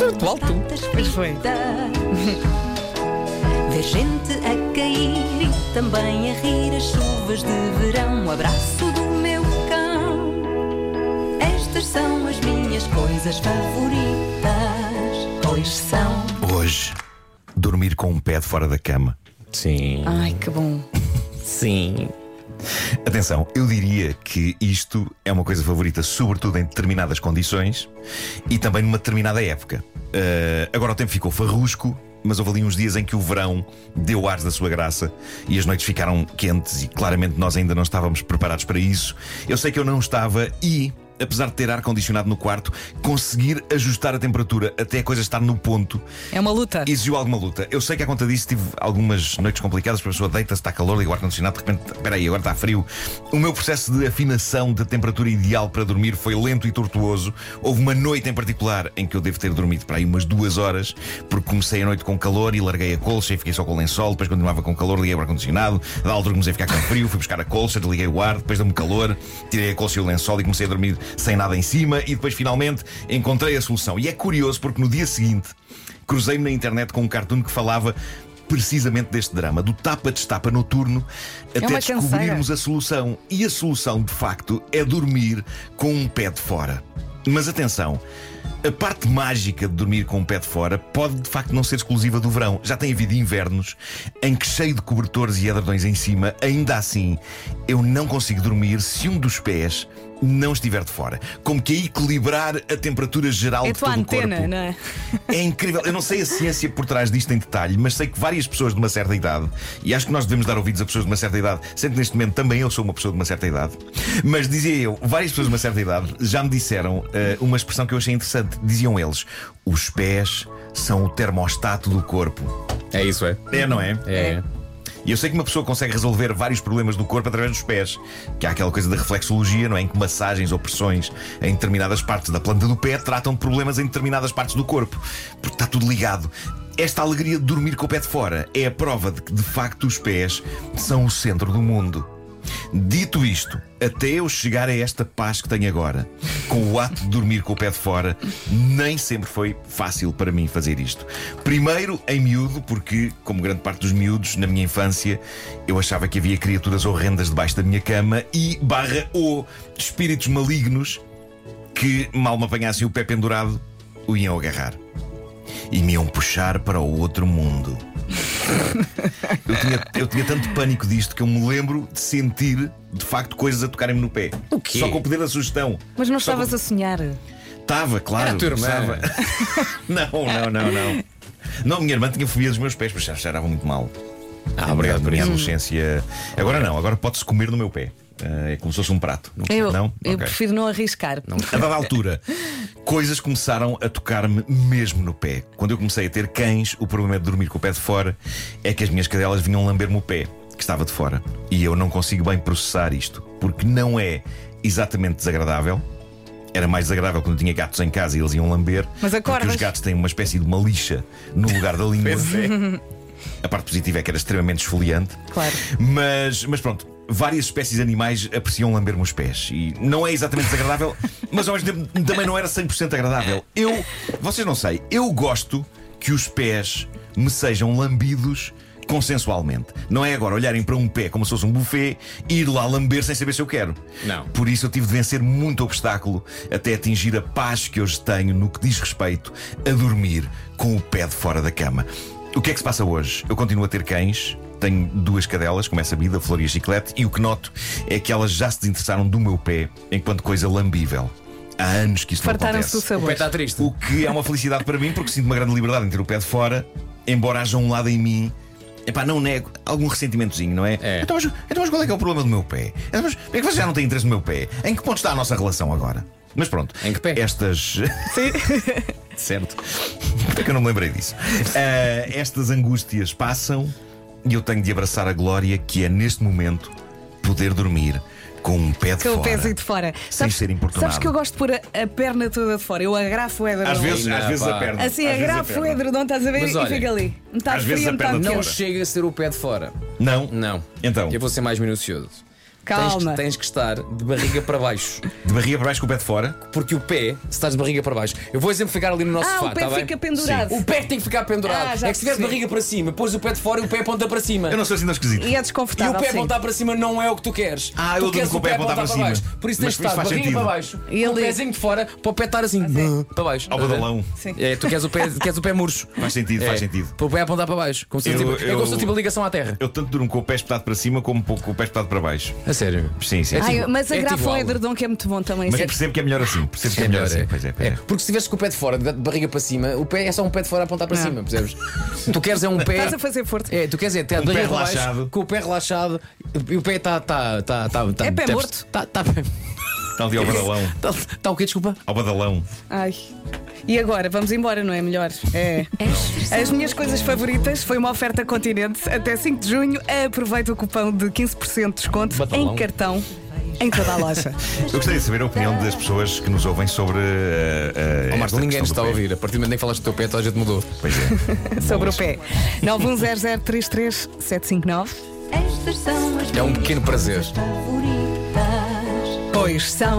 é muito alto. Pois foi. Ver gente a cair e também a rir as chuvas de verão. Um abraço do meu cão. Estas são as minhas coisas favoritas, pois são. Hoje, dormir com um pé de fora da cama. Sim. Ai, que bom. Sim. Atenção, eu diria que isto é uma coisa favorita, sobretudo em determinadas condições e também numa determinada época. Ah, agora o tempo ficou farrusco, mas houve ali uns dias em que o verão deu ares da sua graça e as noites ficaram quentes e claramente nós ainda não estávamos preparados para isso. Eu sei que eu não estava e. Apesar de ter ar-condicionado no quarto, conseguir ajustar a temperatura até a coisa estar no ponto É uma luta. Exigiu alguma luta. Eu sei que à conta disso tive algumas noites complicadas, porque a pessoa deita-se, está calor, liga o ar-condicionado, de repente, peraí, agora está frio. O meu processo de afinação da temperatura ideal para dormir foi lento e tortuoso. Houve uma noite em particular em que eu devo ter dormido para aí umas duas horas, porque comecei a noite com calor e larguei a colcha e fiquei só com o lençol, depois continuava com calor, liguei o ar-condicionado, da altura comecei a ficar com frio, fui buscar a colcha, desliguei o ar, depois deu-me calor, tirei a colcha e o lençol e comecei a dormir sem nada em cima e depois finalmente encontrei a solução. E é curioso porque no dia seguinte cruzei-me na internet com um cartoon que falava precisamente deste drama, do tapa-destapa noturno, até É uma canseira. descobrirmos a solução. E a solução, de facto, é dormir com um pé de fora. Mas atenção, a parte mágica de dormir com um pé de fora pode, de facto, não ser exclusiva do verão. Já tem havido invernos em que, cheio de cobertores e edredões em cima, ainda assim, eu não consigo dormir se um dos pés não estiver de fora. Como que é equilibrar a temperatura geral É a de tua todo o antena, corpo. não é? É incrível. Eu não sei a ciência por trás disto em detalhe, mas sei que várias pessoas de uma certa idade, e acho que nós devemos dar ouvidos a pessoas de uma certa idade, sendo que neste momento também eu sou uma pessoa de uma certa idade, mas dizia eu, várias pessoas de uma certa idade já me disseram eh, uma expressão que eu achei interessante. Diziam eles: os pés são o termostato do corpo. É isso, é? É, não é? É. E eu sei que uma pessoa consegue resolver vários problemas do corpo através dos pés, que há aquela coisa da reflexologia, não é? Em que massagens ou pressões em determinadas partes da planta do pé tratam de problemas em determinadas partes do corpo, porque está tudo ligado. Esta alegria de dormir com o pé de fora é a prova de que, de facto, os pés são o centro do mundo. Dito isto, até eu chegar a esta paz que tenho agora, com o ato de dormir com o pé de fora, nem sempre foi fácil para mim fazer isto. Primeiro, em miúdo, porque, como grande parte dos miúdos, na minha infância, eu achava que havia criaturas horrendas debaixo da minha cama e, barra, ou espíritos malignos que, mal me apanhassem o pé pendurado, o iam agarrar e me iam puxar para o outro mundo. Eu tinha, eu tinha tanto pânico disto que eu me lembro de sentir, de facto, coisas a tocarem-me no pé. O quê? Só com o poder da sugestão. Mas não Só estavas a sonhar. com... Estava, claro. Era a tua irmã. estava. não, não, não, não. Não, minha irmã tinha fobia dos meus pés, mas já cheirava muito mal. Ah, obrigado Na por minha isso. adolescência. Agora não, agora pode-se comer no meu pé. Ah, É como se fosse um prato. Não? Eu, não? eu Ok. prefiro não arriscar. A dada altura, coisas começaram a tocar-me mesmo no pé. Quando eu comecei a ter cães, o problema de dormir com o pé de fora é que as minhas cadelas vinham lamber-me o pé, que estava de fora. E eu não consigo bem processar isto, porque não é exatamente desagradável. Era mais desagradável quando eu tinha gatos em casa e eles iam lamber. Mas Porque acordas? os gatos têm uma espécie de uma lixa no lugar da língua. Pois é. A parte positiva é que era extremamente esfoliante. Claro. Mas, mas pronto, várias espécies de animais apreciam lamber-me os pés. E não é exatamente desagradável, mas ao mesmo tempo também não era 100% agradável. Eu, vocês não sei, eu gosto que os pés me sejam lambidos consensualmente. Não é agora olharem para um pé como se fosse um buffet e ir lá lamber sem saber se eu quero. Não. Por isso eu tive de vencer muito obstáculo até atingir a paz que hoje tenho no que diz respeito a dormir com o pé de fora da cama. O que é que se passa hoje? Eu continuo a ter cães. Tenho duas cadelas, como é sabido, a Flor e a Chiclete, e o que noto é que elas já se desinteressaram do meu pé enquanto coisa lambível. Há anos que isso não Fartaram-se do acontece. O pé sabor. está triste. O que é uma felicidade para mim, porque sinto uma grande liberdade em ter o pé de fora, embora haja um lado em mim. Epá, não nego, algum ressentimentozinho, não é? É. Então, mas, então, mas qual é que é o problema do meu pé? Então, mas por que é que vocês já não têm interesse no meu pé? Em que ponto está a nossa relação agora? Mas pronto, Em que pé? estas. Sim. certo. Porque eu não me lembrei disso. Ah, estas angústias passam e eu tenho de abraçar a glória que é, neste momento, poder dormir com um pé de Com fora. o pezinho de fora. Sem ser importunado. Sabes que eu gosto de pôr a, a perna toda de fora. Eu agrafo o edredom. Às vezes, às Não, vezes a pá. perna. Assim, às vezes a agrafo o perna. edredom, estás a ver? Mas e olha, fica ali. Metade às vezes frio, a metade perna Não quente. fora. chega a ser o pé de fora. Não? Não. Então. Eu vou ser mais minucioso. Tens que- Calma. tens que estar de barriga para baixo. De barriga para baixo com o pé de fora. Porque o pé, se estás de barriga para baixo, eu vou exemplificar ali no nosso Ah, o sofá, pé tá bem? fica pendurado. O pé tem que ficar pendurado. Ah, já é que se estiver de percebi. barriga para cima, pôs o pé de fora e o pé aponta para cima. Eu não sou assim tão esquisito. E é E desconfortável. o pé sim. apontar para cima não é o que tu queres. Ah, eu tu dou-me queres com o pé apontar para cima. baixo. Por Mas isso tens de por isso estar faz barriga sentido. para baixo, E com o ali- pezinho de fora, para o pé estar assim, para baixo. Ao Estás a ver? badalão. Sim. É, tu queres o pé, queres o pé murcho. É. Faz sentido, faz sentido. Para o pé apontar para baixo. Como se Eu- fosse tipo, É eu- como se fosse tipo a ligação à terra. Eu tanto durmo com o pé espetado para cima como pouco com o pé espetado para baixo. A sério. Sim, sim. assim. É Ai, tipo- mas é agrafa tipo um aula. edredom que é muito bom também. Mas sim. percebo que é melhor assim. Percebo que é É melhor melhor, assim. é. Pois é, pois É, é. Porque se estiveres com o pé de fora, de barriga para cima, o pé é só um pé de fora a apontar para Não. cima, percebes? tu queres é um pé. Estás a fazer força. É, tu queres é ter a Um pé barriga para baixo, relaxado. com o pé relaxado e o pé está. Tá, tá, tá, tá, É pé tá- morto. Está tá, Está ali ao badalão. tá, tá o quê? Desculpa. Ao badalão. Ai. E agora? Vamos embora, não é melhor? É. Estas As são minhas coisas favoritas foi uma oferta continente até 5 de junho. Aproveita o cupão de 15% de desconto Batalão. em cartão em toda a loja. Eu gostaria de saber a opinião das pessoas que nos ouvem sobre. Uh, uh, Ó esta Oh, Marta, questão ninguém nos do está a pé. ouvir. A partir do momento em que falaste do teu pé, toda a gente mudou. Pois é. Sobre o Bolas. pé. 910033759. Estas são as É um minhas pequeno prazer. favoritas. Pois são.